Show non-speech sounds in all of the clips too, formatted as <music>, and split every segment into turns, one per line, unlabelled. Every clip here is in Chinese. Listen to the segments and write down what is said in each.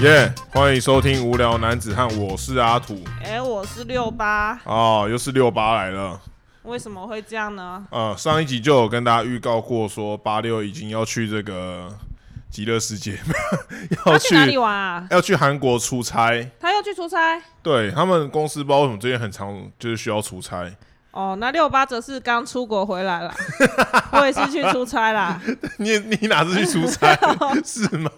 耶欢迎收听《无聊男子汉》，我是阿土。
哎、我是六八，
哦，又是六八来了。
为什么会这样呢？
呃，上一集就有跟大家预告过，说八六已经要去这个极乐世界， <laughs> 要
他去哪里玩啊？
要去韩国出差。
他要去出差。
对他们公司，不知道为什么最近很常就是需要出差。 <laughs>
哦，那六八则是刚出国回来啦，我也是去出差啦。
你也你哪是去出
<laughs>
差是吗？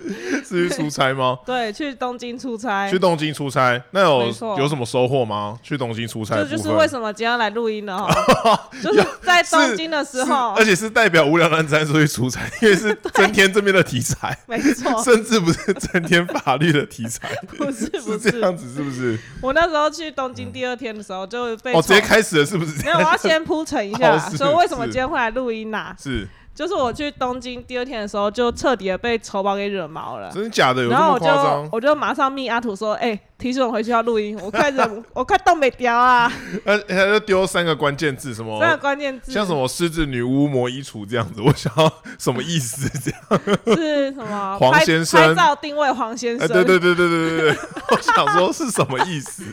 <laughs> 是去出差吗？
对，去东京出
<laughs>
差
去。东京出差，那有
没错
有什么收获吗？去东京出差的
这
部
就
分，
是为什么今天要来录音了哈，
<laughs>
就是在东京的时候
是而，且是代表无聊男子出去出差，因为
<laughs>
是增添这边的题材，
没错，
<laughs> 甚至不是增添法律的题材，
<laughs> 不是不
<laughs> 是这
是，
样子是不是？
我那时候去东京第二天的时候就被
哦，直接
冲
开始了是不是？
没有，我要先铺陈一下，
<laughs> 哦是
说为什么
是
今天会来录音呐？
<laughs> 是
就是我去东京第二天的时候，就彻底的被丑宝给惹毛了。
真的假的？有这
然后
么
我
夸
就
张？
我就马上密阿土说，哎、提醒我回去要录音， <laughs> 我快忍，我快冻没掉啊！
呃，他就丢三个关键字，什
这个
么
关键字
哦像什么狮子女巫魔衣橱这样子，我想要什么意思？这样？
是什么？
<laughs> 黄
拍
先生
拍照定位黄先
哎，
生。
对对对对对对对， <laughs> 我想说是什么意思？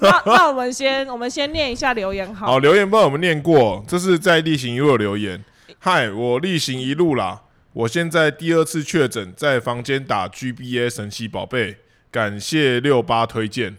那那我们先我们先念一下留言好。
好，留言帮我们念过，这是在例行一路的留言。嗨，我例行一路啦，我现在第二次确诊，在房间打 GBA 神奇宝贝，感谢六八推荐。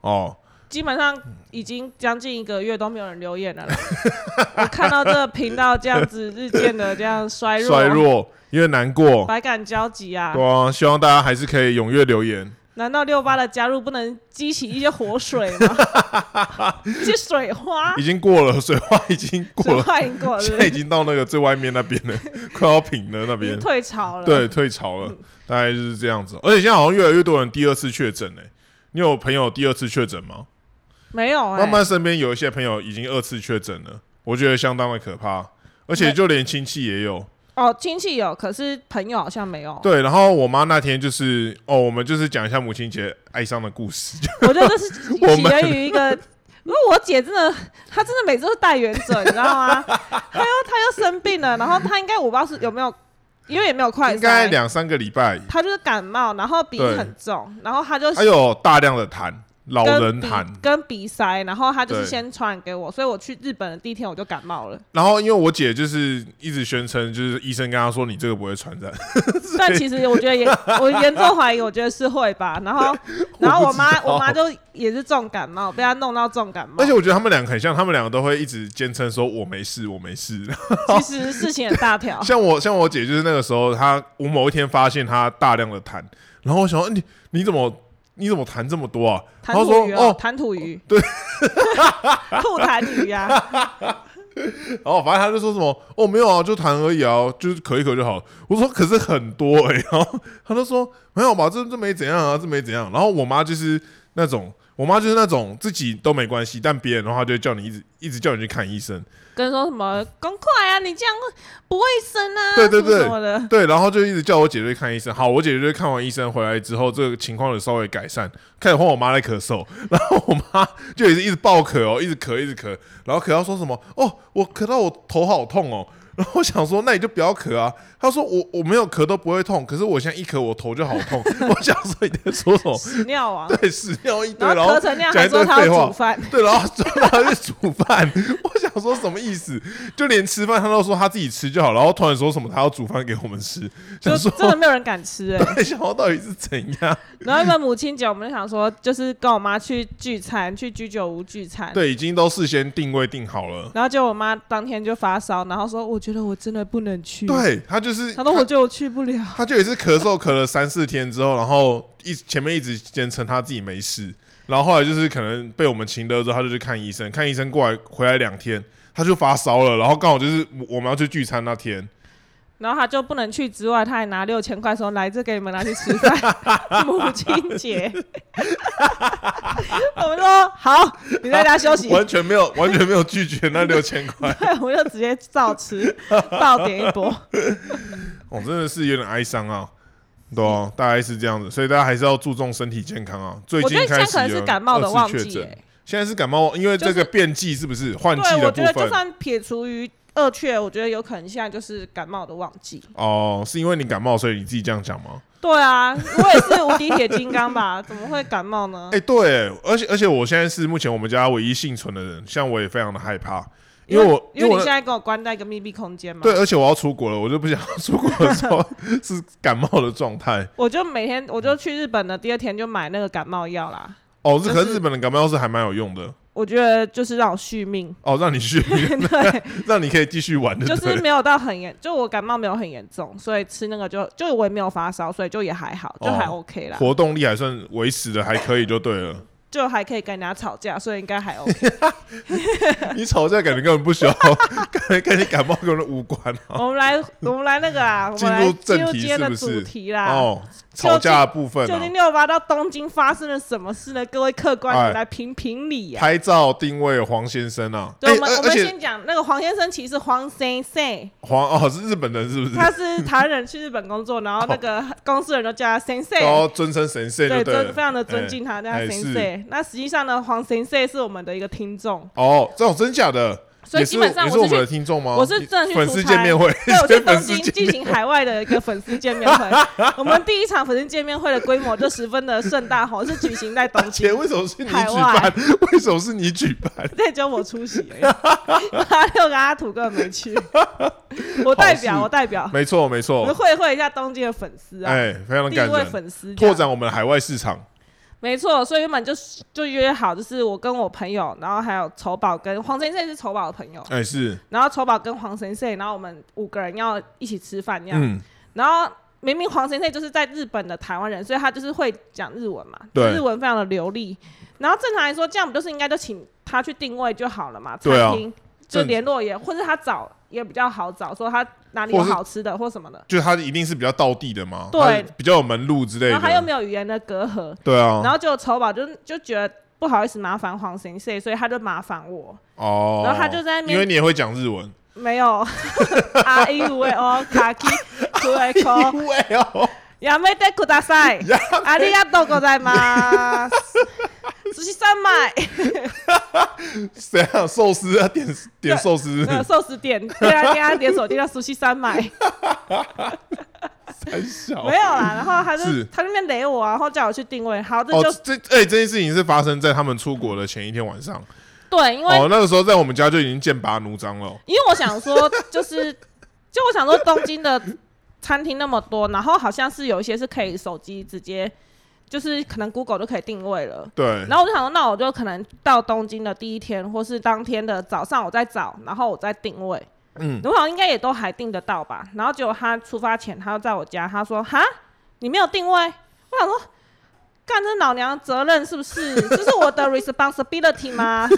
哦，
基本上已经将近一个月都没有人留言了啦。 <laughs> 我看到这个频道这样子日渐的这样衰弱，
衰弱，因为难过，
百感交集啊！
对啊，希望大家还是可以踊跃留言。
难道六八的加入不能激起一些活水吗？
<laughs>
一些水花，
已经过了，水花已经过
水
了，
花已经过了，是
现
不
在
是
已经到那个最外面那边
<laughs>
了，快要平了那
已
边
经，退潮了。
对，退潮了，大概就是这样子。而且现在好像越来越多人第二次确诊诶，你有朋友第二次确诊吗？
没有哎、
慢慢身边有一些朋友已经二次确诊了，我觉得相当的可怕，而且就连亲戚也有。
哦，亲戚有，可是朋友好像没有。
对，然后我妈那天就是哦，我们就是讲一下母亲节哀伤的故事， <laughs> 就
我觉得这是起
我们
源于一个，因为我姐真的，她真的每次都是带原者，你知道吗？ <laughs> 她又她又生病了，然后她应该我不知道是有没有，因为也没有快
应该
筛，
两三个礼拜，
她就是感冒，然后鼻
对
很重，然后她就
还有大量的痰，老人
跟鼻
痰。
跟鼻塞，然后她就是
对
先传染给我，所以我去日本的第一天我就感冒了，
然后因为我姐就是一直宣称，就是医生跟她说你这个不会传
哦
染，，
但其实我觉得也，我严重怀疑，我觉得是会吧。然后然后我
<laughs> 我不
妈
知道
我妈就也是重感冒，被她弄到重感冒
而且。我觉得他们两个很像，他们两个都会一直坚称说我没事，我没事。，
其实事情很大
<laughs>
条
像我像我姐就是那个时候，她我某一天发现她大量的痰，然后我想说，欸你你怎么你怎么痰这么多啊？
弹
然后
土
说
鱼哦，
哦， <laughs>
弹土鱼，对， <laughs> 吐痰鱼啊，
然后反正她就说什么哦没有啊，就痰而已啊，就是咳一咳就好了。我说可是很多哎、 <laughs> 然后她就说没有吧，这这没怎样啊，这没怎样。然后我妈就是那种。我妈就是那种自己都没关系，但别人的话就会叫你一直一直叫你去看医生，
跟说什么公筷啊，你这样不卫生啊，
对对
什么
对
什么的，
<laughs> 对，然后就一直叫我姐姐去看医生。好，我姐姐就是看完医生回来之后，这个情况有稍微改善，开始换我妈来咳嗽，然后我妈就也是一直爆咳哦，一直咳，一直咳，然后咳到说什么哦，我咳到我头好痛哦。然后我想说，那你就不要咳啊。她说我我没有咳都不会痛，可是我现在一咳我头就好痛。我想说你在说什么？ <laughs>
屎尿王，
对，屎尿一堆，
然
然
后
后
咳成那样，
讲
还
一
说
堆
他
废
要
话
煮。饭，
对，然后然后他去煮饭，我想说什么意思？就连吃饭他都说他自己吃就好，然后突然说什么他要煮饭给我们吃，
就
想说
真的没有人敢吃哎。
对，想说到底是怎样？
然后因为母亲节，我们就想说，就是跟我妈去聚餐，去居酒屋聚餐，
对，已经都事先定位定好了。
然后结果我妈当天就发烧，然后说我觉得我真的不能去，，
对他就是
她说我觉得我去不了，
他就也是咳嗽咳了三四天之后，然后一前面一直坚称他自己没事，然后后来就是可能被我们擒得之后，他就去看医生，看医生过来回来两天，他就发烧了，然后刚好就是我们要去聚餐那
<laughs>
天，
然后她就不能去之外，她还拿六千块说来这给你们拿去吃饭，
<laughs>
母亲节， <laughs> 我们说好，你在家休息，
完全没有完全没有拒绝那六千块。
<laughs> 对，我就直接照吃，爆点一波，
哦，真的是有点哀伤啊，对啊，大概是这样子，所以大家还是要注重身体健康啊。 <laughs> 最
我觉
近
得现
开
在
始
可能是
有
感冒的
二
忘
次确
记、
诊，
欸，
现在是感冒，因为
就
这
是
个变季是不是换季
对，
的
我觉
部
得就
分？
算撇除于恶趣，我觉得有可能现在就是感冒的忘记。
哦，是因为你感冒，所以你自己这样讲吗？
对啊，我也是无敌铁金
<laughs>
刚吧？怎么会感冒呢
哎、？对，而且而且我现在是目前我们家唯一幸存的人，像我也非常的害怕，因为我
因为你
我
现在跟我关在一个密闭空间嘛，
对，而且我要出国了，我就不想要出国的时候
<laughs>
是感冒的状态。
我就每天我就去日本的第二天就买那个感冒药啦。
哦，这
就
可
是
是日本的感冒药是还蛮有用的
我觉得就是让我
<laughs>
续命，
哦，让你去，
<laughs> 对，
<laughs> 让你可以继续玩的，
就是没有到很严，就我感冒没有很严重，所以吃那个就就我也没有发烧，所以就也还好，就还
哦
OK 啦，
活动力还算维持的还可以就对了。 <laughs>
就还可以跟人家吵架，所以应该还 OK。
你吵架感觉根本不需要， <laughs> 跟跟你感冒根本无关啊。
我
<laughs>
们来我们来那个啊，我们来
进入正
进入
题
今天的
是不
主
是
题啦。
哦，吵架的部分
究竟
啊，
六八到东京发生了什么事呢？各位客官，
哎
你来评评理呀、
拍照定位黄先生啊，
对，我们、
而
我
而
们
且
先讲那个黄先生，其实黄先生，
黄哦是日本人是不是？
他是台湾人去日本工作，然后那个公司人都叫他先
<laughs>
生，
然后尊称神社就
对，
对了
尊非常的尊敬他，叫他
哎
先
是
生。那实际上呢，黄先生是我们的一个听
<laughs>
众，
哦，这种真假的，
所以
也是
基本上
也
我
是我
是去
们的听众吗？
我是真的去
粉
出
丝
差
见面会，
对，我去
先
东
粉丝
京
见
进行海外的一个粉丝见面会。
<laughs>
我们第一场粉丝见面会的规模就十分的盛大，吼，是举行在东
<laughs>
京
姐，。为什么是你
海
举
外
办？ <laughs> 为什么是你举办？
这只有我出席
啊
而已， <laughs> 他六个阿土根本没去。我代表，
好事
我代表，
没错，没
我们
错，
会会一下东京的粉丝啊，
哎，非常
第
感
一位
人，
粉丝这
拓
样。
展我们的海外市场。
没错，所以原本就就约好，就是我跟我朋友，然后还有丑宝跟黄先生是丑宝的朋友，
哎，是，
然后丑宝跟黄先生，然后我们五个人要一起吃饭这样。
嗯，
然后明明黄先生就是在日本的台湾人，所以他就是会讲日文嘛，
对
日文非常的流利。然后正常来说，这样不就是应该就请他去定位就好了嘛？
对啊
餐厅就
正
联络也，或者他找也比较好找，说他哪里有
或是
好吃的或什么的。
就他一定是比较道地的嘛，
对，
比较有门路之类
然后他又
的，
没有语言的隔阂，
对啊，
然后就丑宝就就觉得不好意思麻烦黄先生，所以他就麻烦我，
哦，
然后他就在那边
因为你也会讲日文，
没有 <laughs> 啊一五哦卡基图
<laughs>
雷科。
因为哦，
やめてください。ありがとうございます。寿司三昧，
谁啊？寿司啊，点点寿司，
那个寿司店，对啊，给他点手机叫寿司三昧，
太小
没有啦。然后他就是他就那边雷我啊，然后叫我去定位。好，这
哦
就、，
这哎、这件事情是发生在他们出国的前一天晚上。
对，因为、
哦，那个时候在我们家就已经剑拔弩张了。
因为我想说，就是 <laughs> 就我想说，东京的餐厅那么多，然后好像是有一些是可以手机直接，就是可能 Google 就可以定位了。
对，
然后我就想说，那我就可能到东京的第一天，或是当天的早上，我再找，然后我再定位。
嗯，
我好像应该也都还订得到吧。然后结果他出发前，他就在我家，他说：“哈，你没有定位。”我想说，干这老娘的责任是不是？ <laughs> 这是我的 responsibility 吗？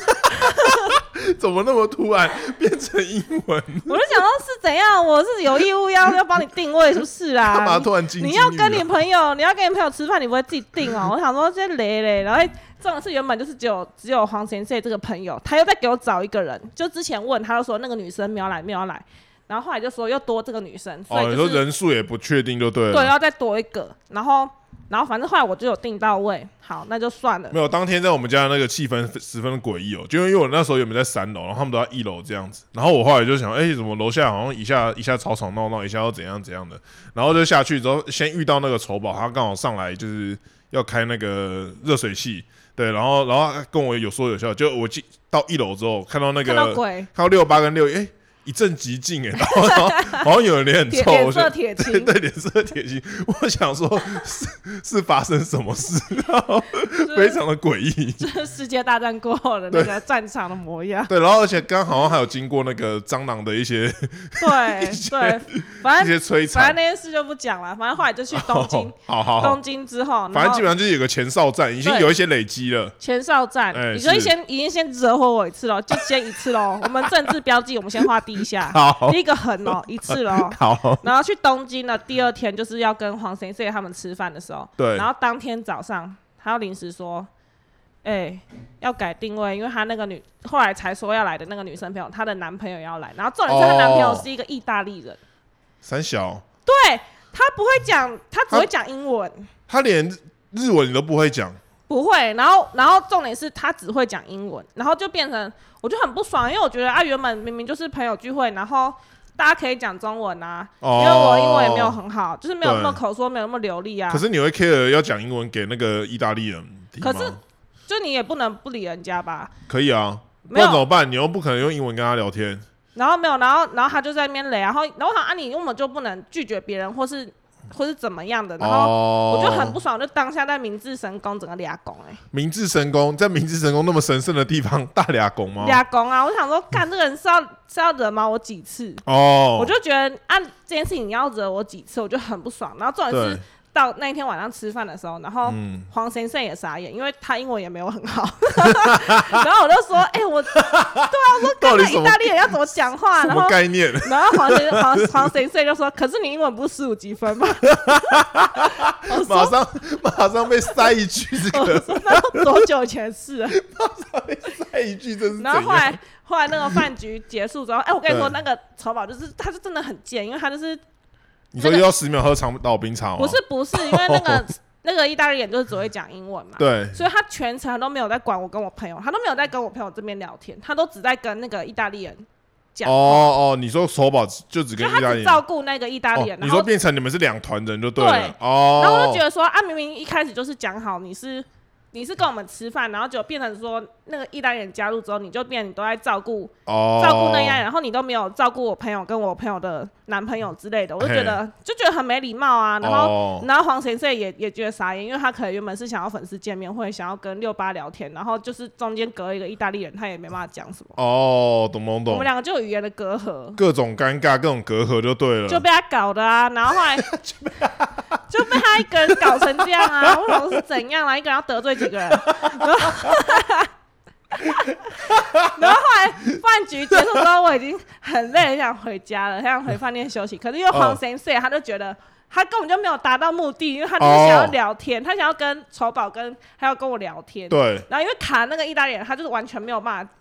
怎么那么突然变成英文？
我就想说是怎样，我是有义务要要帮你定位是不是啦？
<laughs> 干嘛突然进、
啊
啊
你要跟你朋友，你要跟你朋友吃饭，你不会自己订哦。我想说这雷雷，然后这种事原本就是只有只有黄贤穗这个朋友，他又再给我找一个人，就之前问他就说那个女生没有来没有来，然后后来就说又多这个女生，所以、
哦，
就是、
你说人数也不确定就对了。
对，要再多一个，然后然后反正后来我就有订到位，好，那就算了。
没有，当天在我们家的那个气氛十分的诡异哦，就因为我那时候原本在三楼，然后他们都在一楼这样子，然后我后来就想，哎、怎么楼下好像一下一下吵吵闹闹，一下又怎样怎样的，然后就下去之后，先遇到那个丑宝，他刚好上来就是要开那个热水器，对，然后然后跟我有说有笑，就我进到一楼之后看到那个
看到鬼，
看到六八跟六，哎、一阵寂静哎，
<laughs>
然后然后好像有人脸很
铁
臭，
脸
我
色
想 <laughs>
铁青
对，脸色铁青，我想说是是发生什么
<laughs>
事，
就是
非常的诡异。
就是世界大战过后的那个战场的模样。
<laughs> 对，然后而且刚好像还有经过那个蟑螂的一些
对对，反
一些
正
摧
啊反正
残。哦
那件事就不讲了。反正后来就去东京，
好好好
东，京之后，
反
然
正基
后
本上就是有个前哨战，已经
对
有一些累积了。
前哨战，
哎
你就是先已经先惹火我一次喽，就先一次喽。我们政治标记，我们先画第一下，
<laughs> 好
第一个横哦，一次
<laughs>
喽。
好，
然后去东京的第二天，就是要跟黄先生他们吃饭的时候，
对
然后当天早上，他要临时说，哎、要改定位，因为他那个女后来才说要来的那个女生朋友，她的男朋友也要来，然后重点是她
哦
男朋友是一个意大利人，
三小，
对他不会讲，他只会讲英文，
他连日文你都不会讲，
不会。然后，然后重点是他只会讲英文，然后就变成我就很不爽，因为我觉得啊，原本明明就是朋友聚会，然后大家可以讲中文啊，
哦
因为我英文也没有很好，就是没有那么
对
口说，没有那么流利啊。
可是你会 care 要讲英文给那个意大利人听吗？
可是就你也不能不理人家吧？
可以啊，不
没有
然怎么办？你又不可能用英文跟他聊天。
然后没有，然后然后他就在那边雷，然后然后我想啊，你根本就不能拒绝别人，或是或是怎么样的，然后
哦，
我就很不爽，我就当下在明治神宫整个俩拱哎、
明治神宫，在明治神宫那么神圣的地方，大俩拱吗？
俩拱啊！我想说，干这个人是要是要惹毛我几次？
嗯哦，
我就觉得啊，这件事情你要惹我几次，我就很不爽。然后重点
对
是，到那一天晚上吃饭的时候，然后
嗯
黄先生也傻眼，因为他英文也没有很好。 <laughs> 然后我就说：“哎、我对啊，我说
到
跟
底
那
什么
意大利人要怎么讲话？”
什
啊然
么
后
概念？
然后黄先黄黄先生就说：“可是你英文不是十五积分吗？”我 <laughs>
马
说
上马上被塞一句这：“
我
个，
说那都多久以前的事了？” <laughs>
塞一句真是怎
然后后
样？
来后来那个饭局结束之后，哎、我跟你说，
对
那个丑宝就是他是真的很贱，因为他就是
你说又要十秒喝长岛冰茶吗？
不是，不是，因为那个那个意大利人就是只会讲英文嘛，
对，
所以他全程都没有在管我跟我朋友，他都没有在跟我朋友这边聊天，他都只在跟那个意大利人讲
哦
话，
哦，你说手把就只
就
跟意
啊他
大利
只
人，
照顾那个意大利
哦
人，，
你
然后
说变成你们是两团人就对
对
了，哦，
然后我就觉得说啊，明明一开始就是讲好你是你是跟我们吃饭，然后就变成说那个意大利人加入之后，你就变成你都在照顾
哦，
照顾那样，然后你都没有照顾我朋友跟我朋友的男朋友之类的，我就觉得就觉得很没礼貌啊。然后、
哦，
然后黄贤穗也也觉得傻眼，因为他可能原本是想要粉丝见面会，想要跟六八聊天，然后就是中间隔一个意大利人，他也没办法讲什么。
哦，懂懂
我们
懂，
两个就有语言的隔阂，
各种尴尬，各种隔阂就对了，
就被他搞的啊。然后后来
<laughs>
<laughs> 就被他一个人搞成这样啊，
<laughs>
我想说是怎样啊？一个人要得罪几个人？然后 <laughs> 然后后来饭局结束之后，我已经很累，很想回家了，很想回饭店休息。可是因为黄
嗯
先生他就觉得。他根本就没有达到目的，因为他就是想要
哦
聊天他想要跟丑宝跟还要跟我聊天。
对，
然后因为卡那个意大利人，他就是完全没有办法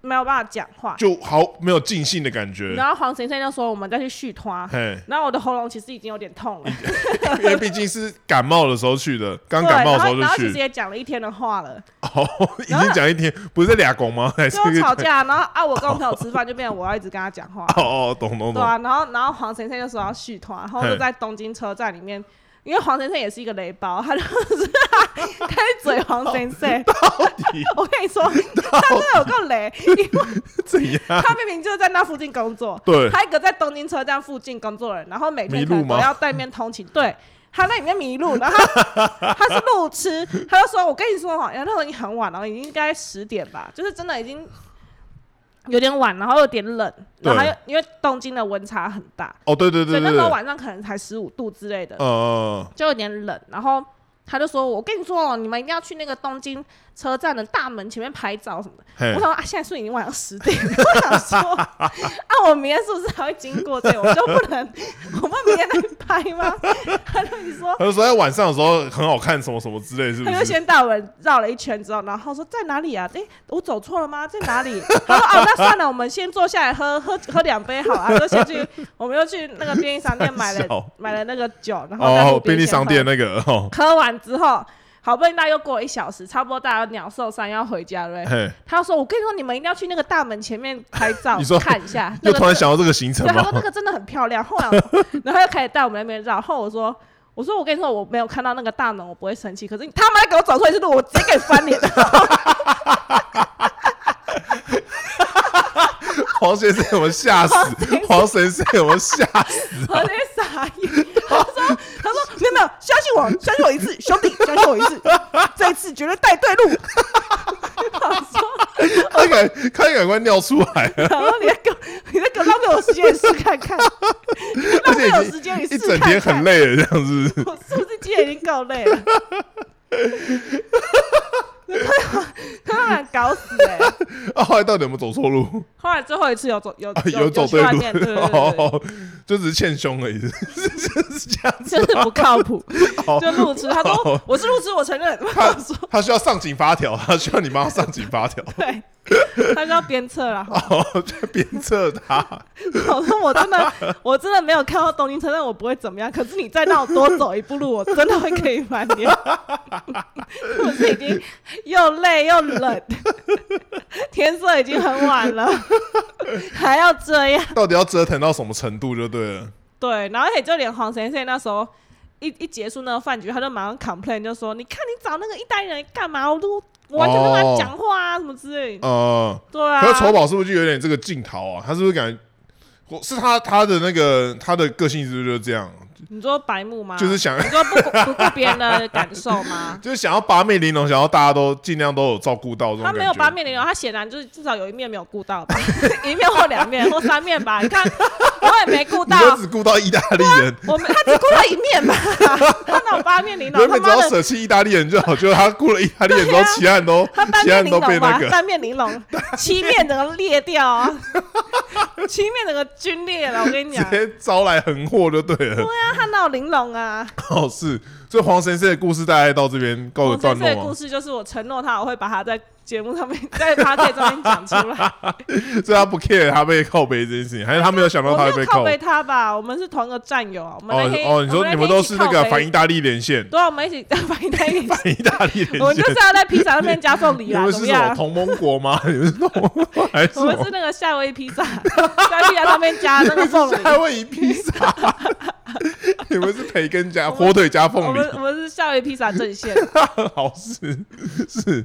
没有办法讲话。
就好没有尽兴的感觉，
然后黄先生就说：“我们再去续团。”啊
嘿，
然后我的喉咙其实已经有点痛了，
因为毕竟是感冒的时候去的，刚
对，
感
然
冒的时
后
候
然后其
就
实
去，
也讲了一天的
<laughs>
话了，
哦， <laughs> 已
然后
经讲一天，不是在俩公吗？还是
最后吵架，然后啊，我跟我朋友吃饭就变成我要一直跟他讲话，
<laughs> 哦哦，懂懂
对
懂，
啊，然后然后黄先生就说要续团，然后就在东京车站里面。因为黄先生也是一个雷包，他就是 <laughs> 开始嘴黄先生。
<laughs> 到底
我跟你说，他真的有够雷，因为
怎样？
<laughs> 他明明就是在那附近工作，
对
他一个在东京车站附近工作的人，然后每天
迷
可能
路
都
吗
要带面通勤，对。他在里面迷路，然后他他是路痴，他就说：“我跟你说哈，然后那时候已经很晚了，已经应该十点吧，就是真的已经有点晚，然后有点冷，
对
然后又因为东京的温差很大，
哦，对对
所
对
以
对
那时
对
候，晚上可能才十五度之类的，
呃，
就有点冷。然后他就说：我跟你说哦，你们一定要去那个东京车站的大门前面拍照什么的。”
嗯嘿
我，想说啊，现在是不是已经晚上十点？ <laughs> 我想说啊，我明天是不是还会经过这？我就不能，我们明天再拍吗？ <laughs> 他就一直说，
他就说在晚上的时候很好看，什么什么之类，是不？
他就是先带我们绕了一圈之后，然后说在哪里啊？诶，我走错了吗？在哪里？ <laughs> 他说哦，那算了，我们先坐下来喝喝喝两杯好了，啊就先去， <laughs> 我们又去那个便利商店买
太小
了买了那个酒，然后在路
哦，便
边
利
先
商
喝
店那个哦，
喝完之后，好不容易大概又过了一小时，差不多大家鸟兽散要回家了。对不对
嘿，
他说：“我跟你说，你们一定要去那个大门前面拍
<laughs>
照
你说
看一下。”
又
那个
突然想到这个行程
对，他说
吗
那？个真的很漂亮。后来我， <laughs> 然后又开始带我们那边绕。然后我说：“我说我跟你说，我没有看到那个大门，我不会生气。可是你他妈给我走出来是路，我直接给你翻脸。
<laughs> 黄先生有没有吓死
<laughs> 黄先生？
黄先生有没有吓死？”
<laughs> 我直接傻眼。他说：“他说没有没有，相信我，相信我一次，兄弟，相信我一次，这一次绝对带对路。” <laughs> <laughs> 我说。 <laughs>
他敢，他敢快尿出来了，
然后你在给我，你在给我浪费我时间，你试看看，浪
而且
费我
已
时间，你
经
试
一整
看
天
看
很。累了，这样子。
<laughs> 我是不是今天已经够累了？ <laughs> 他们搞死哎、欸！
<laughs> 啊，后来到底有没有走错
<laughs>
路？
后来最后一次有走有
啊
有
走
去
对
外
路
面，对对，对对
<laughs> 哦，就只是欠凶而已， <laughs> 是是这样子
就。是不靠谱，
哦
就路痴。他说
好
我是路痴，我承认。
他
我说
他需要上紧发条，他需要你帮他上紧发条，
对，他就要鞭策了。
<laughs> 哦，就鞭策他。
我说我真的我真的没有看到东京车站，我不会怎么样。可是你再让我多走一步路，我真的会可以翻脸。我是已经又累又冷，天色已经很晚了。还要这样。
到底要折腾到什么程度就对了。
对，然后而且就连黄先生那时候一一结束那个饭局，他就马上 complain 就说：“你看你找那个意大利人干嘛？我都我完全没办
哦
法讲话啊，什么之类的。
呃，”
对啊，
可是丑宝是不是就有点这个劲头啊？他是不是感觉？我是他他的那个他的个性是不是就是这样？
你说白目吗？
就是想？
你说不顾不顾别人的感受吗
就是想要八面玲珑，想要大家都尽量都有照顾到这种
他
感觉。
没有八面玲珑，他显然就是至少有一面没有顾到吧， <laughs> 一面或两面或三面吧。你看，我也没顾
你
到，
说只顾到意大利人，
我们他只顾到一面吧， <laughs> 他哪有八面玲珑？
原
啊他
本只要
妈的，
舍弃意大利人就好，结果他顾了意大利人之后
对，啊
其他人都
他单
其他
面
人
玲
都被
珑
那
吧，
个。
单面玲珑，七面整个裂掉啊，七面整个皲裂了。我跟你
直
讲，对
接招来横祸就对了。
啊，他哪有玲珑啊？
<laughs> 哦，是，所以黄神社的故事大概到这边告
我
个
这
段
次的
落啊
故
嘛。
事就是我承诺他，我会把他在节目上面，在 p a 上面讲出来。
<laughs> 所以他不 care 他被靠背这件事情，还是他没有想到
我
他
没
会被
有靠
靠
背。他吧，我们是同一个战友啊。我们
哦
那天
哦，你说你们都是那个反意
应，
大利连线，
对啊，我们一起反应
<laughs>
在一起。
反意大利
我
连
们就
线
是，要在披萨上面加凤梨
你
啦，
们
怎
是
么
什么
样？
同盟国吗？ <laughs> 你们是同盟国 <laughs> 还是什
我们
么
是？那个夏威夷披萨， <laughs> 在披萨上面加那个凤梨。
<laughs> 夏威夷啊披萨， <laughs> 你们是培根加火腿加
我
凤梨
们，我们是夏威夷披萨阵线，
<laughs> 好是是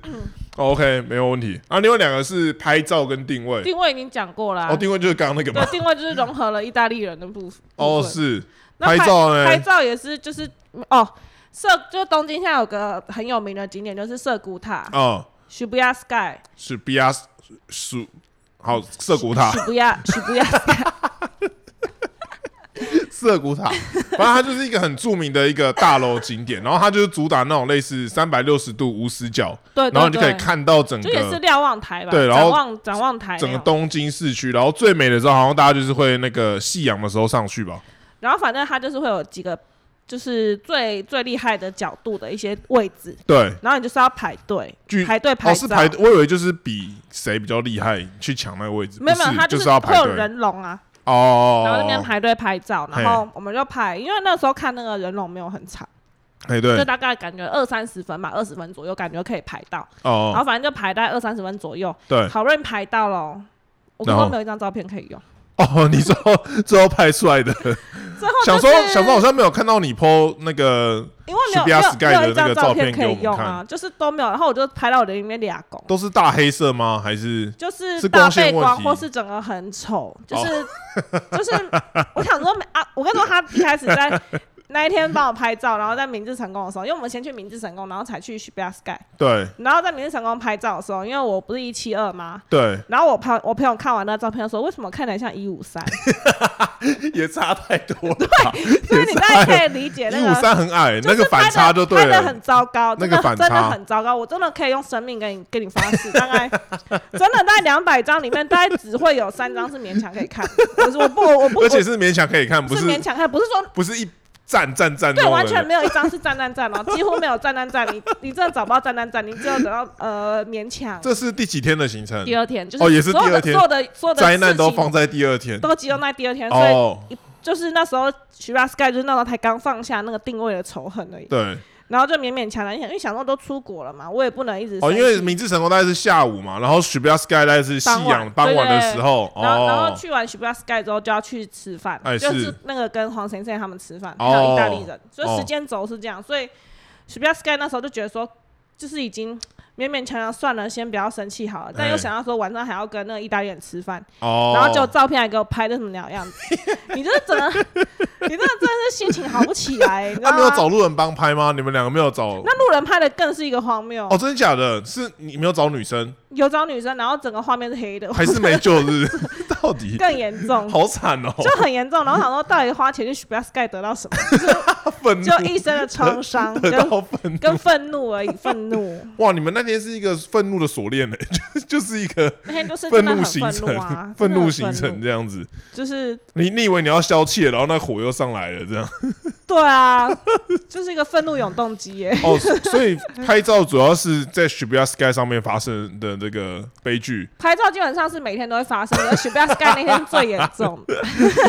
，OK 没有问题。啊，另外两个是拍照跟定位，
定位已经讲过啦
哦，。定位就是刚刚那个
对
嘛，，
定位就是融合了意大利人的部分。
哦
部分
是
那拍
拍照呢
拍照也是就是哦，涩就东京现在有个很有名的景点就是涩谷塔
啊。
（Shibuya Sky）。
是 B R 属好涩谷塔，
不要，不要，
<laughs> 涩谷塔，反正它就是一个很著名的一个大楼景点，然后它就是主打那种类似三百六十度无死角，
对，
然后你就可
对
以
对
看到整
就也是
个
瞭望台吧，
对然
展
后
望展望台那
整个
样，
东京市区，然后最美的时候好像大家就是会那个夕阳的时候上去吧，
然后反正它就是会有几个，就是最最厉害的角度的一些位置，
对，
然后你就是要排队
据，
排队
哦
拍
是
照，
排，我以为就是比谁比较厉害去抢那个位置，
没有
不
没有，它
是就是
是
要
会
排
有
队
人龙啊，
哦，
然后那边排队拍照，
嘿
然后我们就排，因为那时候看那个人龙没有很长，
哎
就
对
大概感觉二三十分吧，二十分左右感觉可以排到，然
哦
后反正就排在二三十分左右， <laughs>
对
好不容易排到了，我根
然后
本没有一张照片可以用，
哦，你说 <laughs> 最后拍出来的， <laughs>
最后
想
就
说
哦是
想说好像没有看到你 PO 那个
因为没有没
Shibuya
有
Sky
没有
的
一
那个
张
照
照
片
片
给
可
我
以
们
用
看
啊，就是都没有，然后我就拍到我的里面俩拱，
都是大黑色吗？还是
就是
是
大
光线
背
问
光
题哦
或是整个很丑，就是就是我想说啊，我跟你说他一开始在那一天帮我拍照，然后在明治成功的时候，因为我们先去明治成功，然后才去 Shibuya Sky，
对
然后在明治成功拍照的时候，因为我不是一七二吗？
对，
然后我朋我朋友看完那照片说，为什么看起来像一
<laughs>
五三？
也差太多了吧。
所以你大概可以理解那
一五
个。
三很矮，
就
那
是
个反差就对
拍的
了
很。糟糕，
那
真
个
的
反
真的
差
很糟糕，我真的可以用生命跟你跟你发誓，大 <laughs> 概真的在两百张里面，大概只会有三张是勉强可以看，我是我不我不 <laughs>
而且是勉强可以看，
我
不
不是勉
是
强看，不是说
不是一站站站那
对，
种
完
的
全没有一张是赞赞赞哦，几乎没有赞赞赞，你你真的找不到赞赞赞，你只有等到呃勉强。
这是第几天的行程？
第二天就
哦也是
所有
第二
的
天
所有的所有的
灾难都
事情
放在第二天。
都集中在第二天，所以
哦，
就是那时候徐巴 sky 就是那时候才刚放下那个定位的仇恨而已，
对，
然后就勉勉强强，因为想说都出国了嘛，我也不能一直
哦，
生
因为
气
明治神宫大概是下午嘛，然后 s h i b u y a Sky 大概是夕
傍晚
阳傍晚
对对
的
对
时候。
然后，然后
哦，
去完 Shibuya Sky 之后就要去吃饭，
哎
就是是那个跟黄先生他们吃饭，
哦
还有意大利人，所以
哦
时间轴是这样。所以 Shibuya Sky 那时候就觉得说，就是已经勉勉强强算了，先不要生气好了。但又
哎
想到说晚上还要跟那个意大利人吃饭，
<laughs> 哦，
然后就照片还给我拍的什么鸟样子，你这整个，你这真的是心情好不起来、你知道
啊他没有
吗？
找路人帮拍吗？你们两个没有找？
啊那路人拍的更是一个荒谬，
哦，真的假的？是你没有找女生，
有找女生，然后整个画面是黑的，
还是没 <laughs> 救？
<laughs>
是不是？到底
更严重。
好惨哦，
就很严重，然后想说到底花钱去 Shibuya Sky 得到
<laughs>
什么？
愤
就
怒
一身的创伤
得
跟
到愤
跟愤怒而已，愤怒。
哇！你们那天是一个愤怒的锁链呢， <laughs> 就就是一个
那天就是
愤
真的
怒
很
形
愤怒啊
<laughs> 成，，
真的很
怒形成，这样子。
就是
你你以为你要消气了，然后那火又上来了，这样 <laughs>
对啊， <laughs> 就是一个愤怒永动机耶。
哦，所以拍照主要是在 Shibuya Sky 上面发生的这个悲剧， <laughs>
拍照基本上是每天都会发生的，许不要 sky 那天最严重。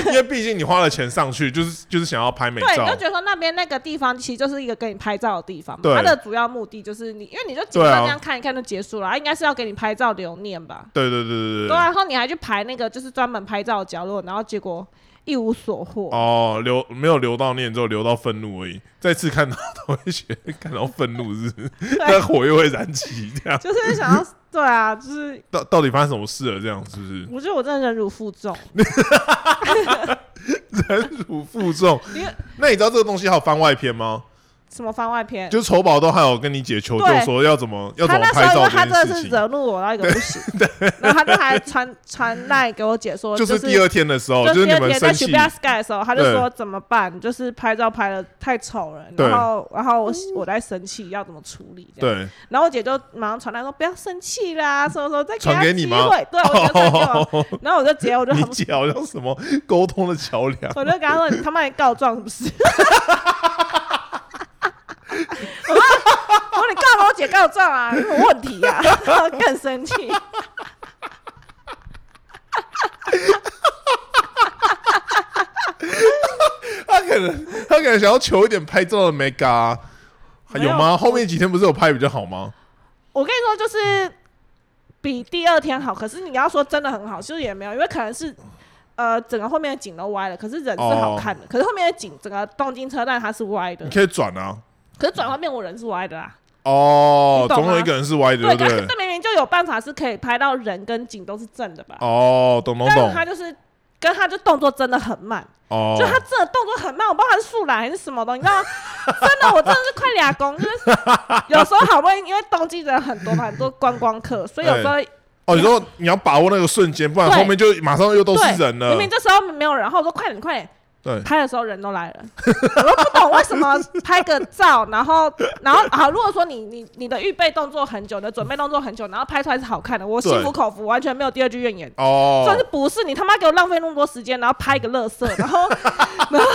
因为毕竟你花了钱上去，就是就是想要 <laughs> 拍美
对，你就
照
觉，得说那边那个地方其实就是一个给你拍照的地方嘛，
对
它的主要目的就是你，因为你就景
对
色
啊
这样看一看就结束了，它应该是要给你拍照留念吧。
对对对对
对啊，然后你还去排那个就是专门拍照的角落，然后结果一无所获。
哦，留没有留到念，之后留到愤怒而已。再次看到 <laughs> 都会觉得感到愤怒，是不是？那火又会燃起，这样
就是想要，对啊，就是
到到底发生什么事了？这样是不是？
我觉得我真的忍辱负重，
忍辱负重
因为。
那你知道这个东西还有番外篇吗？
什么番外篇。
就是丑宝都还有跟你姐求救
对
说要怎么要
他
怎么
那时
拍
候因
照
为他
这
真的
件
是
事情，
惹怒我到一个不行，
<laughs>
然后他就还传传赖给我姐说，
就
就是
第二天的时候，就是是
第
你
二
们
天在
生气，
Shibuya Sky 的时候，他就
对
说怎么办？就是拍照拍的太丑了，
对
然后然后我我在生气，要怎么处理？这样，
对，
然后我姐就马上传来说不要生气啦，什么什么再
传
他
给你
机
吗
会，对，我
<laughs>
就传给我，然后我就直接我就
你
很
姐好像什么沟通的桥梁，
我就跟他说：“你他妈你告状是不是？” <laughs> 我说：“我说你告我姐告状啊，有什么问题啊？” <laughs> 然后更生气。
她可能她可能想要求一点拍照的 mega，、啊、还有
没
吗？
有
后面几天不是有拍比较好吗？
我跟你说，就是比第二天好，可是你要说真的很好，就是也没有，因为可能是。呃，整个后面的景都歪了，可是人是
哦
好看的。可是后面的景，整个东京车站它是歪的
你，可以转啊，
可是转弯面我人是歪的啦。
哦
你，懂吗啊
总有一个人是歪的，对
对，
不
但是
对？
<laughs> 这明明就有办法是可以拍到人跟景都是正的吧？
哦，懂懂
但
懂
是，他就是跟他就动作真的很慢，
哦
就，他真的动作很慢，我不知道他是树懒还是什么东西，你知道吗？ <laughs> 真的，我真的是快俩公，
<laughs>
就是有时候好不容易，因为东京人很多嘛，很多观光客，所以有时候、
哦，你说你要把握那个瞬间，不然
对
后面就马上又都是
对
人了
明，明这时候没有人，然后我说快点快点，
对，
拍的时候人都来
<laughs>
了，我都不懂为什么拍个照，然后然后好，如果说你你你的预备动作很久，你的准备动作很久，然后拍出来是好看的，我
对
心服口服，完全没有第二句怨言。
哦，
就是不是你他妈给我浪费那么多时间，然后拍一个乐色，
<laughs>
然后 <laughs> 然后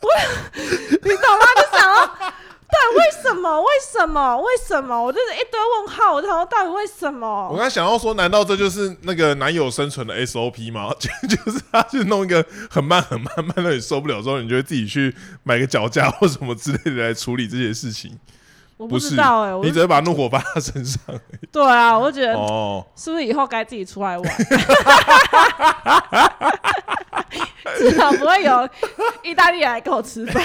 我，你懂吗？就想要，对，为什么？为什么？为什么？我就是一堆问号，我就想说到底为什
我
么？
刚才想要说，难道这就是那个男友生存的 SOP 吗？ <laughs> 就就是他去弄一个很慢很慢，慢到你受不了之后，你就会自己去买个脚架或什么之类的来处理这些事情。
我
不
知
是，
道哎、我
你
就
只会把怒火发在他身上。欸
对啊，我就觉得
哦，
是不是以后该自己出
<laughs>
来玩？ <laughs> 至少不会有意大利人来跟我吃饭，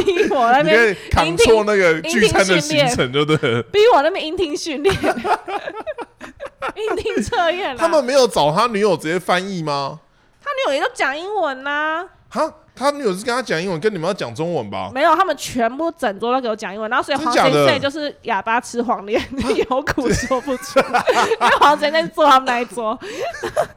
逼我呃那
你可
边
以扛
聆
错
听，
那个聚餐的
聆听训
行
练
程，就对了。
逼我那边聆听
<laughs>
训练，聆听测验啦。
他们没有找他女友直接翻译吗？
他女友也都讲英文呐、
哈，他女友是跟他讲英文，跟你们要讲中文
<laughs>
吧？
没有，他们全部整桌都给我讲英文，然后所以
真
黄
假
先
的
生就是哑巴吃
<laughs>
黄连，有苦说不出，因为黄先生坐他们那一桌，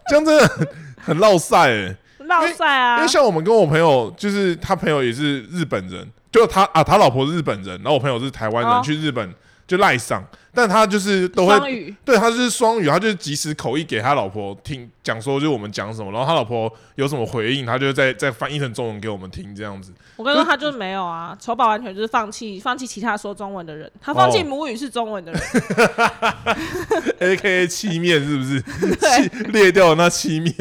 这样真的很很落塞哎、
闹赛
因
啊
为，像我们跟我朋友，就是他朋友也是日本人，就他啊，他老婆是日本人，然后我朋友是台湾人，
哦
去日本就赖上，但他就是都
双
会，
语，
对他就是双语，他就是及时口译给他老婆听，讲说就是我们讲什么，然后他老婆有什么回应，他就会再再翻译成中文给我们听，这样
<laughs>
子。
我跟你说他就是没有啊，丑宝完全就是放弃放弃其他说中文的人，他放弃
哦
母语是中文的人，
A K A 七面是不是？
对
七裂掉的那七面，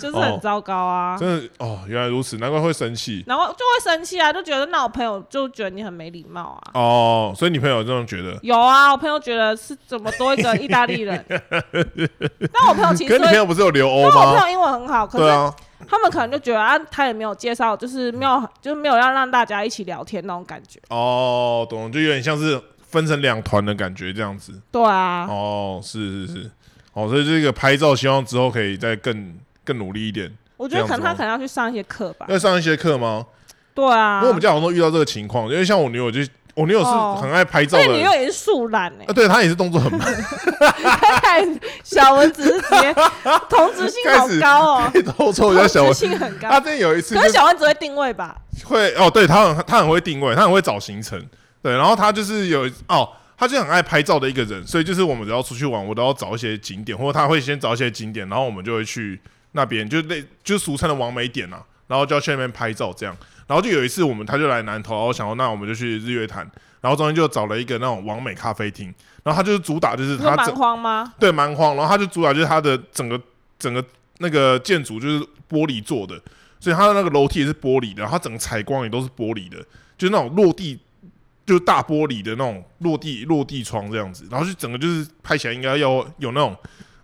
就是很糟糕啊。
真的哦，原来如此，难怪会生气
然后就会生气啊，就觉得那我朋友就觉得你很没礼貌啊。
哦。所以你朋友这样觉得，
有啊，我朋友觉得是怎么多
<laughs>
一个意大利人，但我朋友其
可是你
实
朋
会
友不是有留欧
因为我朋
吗？
友英文很好，可
对
是
啊，嗯
他们可能就觉得啊，他也没有介绍，就是没有，就是没有要让大家一起聊天那种感觉。
哦，懂，就有点像是分成两团的感觉这样子。
对啊，
哦，是是是，哦，所以这个拍照希望之后可以再更更努力一点。
哦我觉得可能
这样子吗
他可能要去上一些课吧。
要上一些课吗？
对啊，
因为我们家好像都遇到这个情况，因为像我女友就我女友是
哦
很爱拍照
所
的
以你
人，
又也是树懒哎 <laughs>
啊，，对她也是动作很慢，
看小蚊子是直接同质性好高
<laughs>
哦，
偷抽
同
一下小
质
文。
性很高
她。之前有一次
可是小蚊子会定位吧？
就会哦，对她很她很会定位，她很会找行程，对，然后她就是有哦。她就很爱拍照的一个人，所以就是我们只要出去玩，我都要找一些景点，或者她会先找一些景点，然后我们就会去那边，就类就是俗称的完美点啊，然后就要去那边拍照这样。然后就有一次我们他就来南投，然后想说那我们就去日月潭，然后中间就找了一个那种完美咖啡厅，然后他就是主打就是
你说
他
蛮
整
荒吗？
对蛮荒，然后他就主打就是他的整个整个那个建筑就是玻璃做的，所以他的那个楼梯也是玻璃的，然后它整个采光也都是玻璃的，就是那种落地。就是大玻璃的那种落地落地窗这样子，然后就整个就是拍起来应该要有那种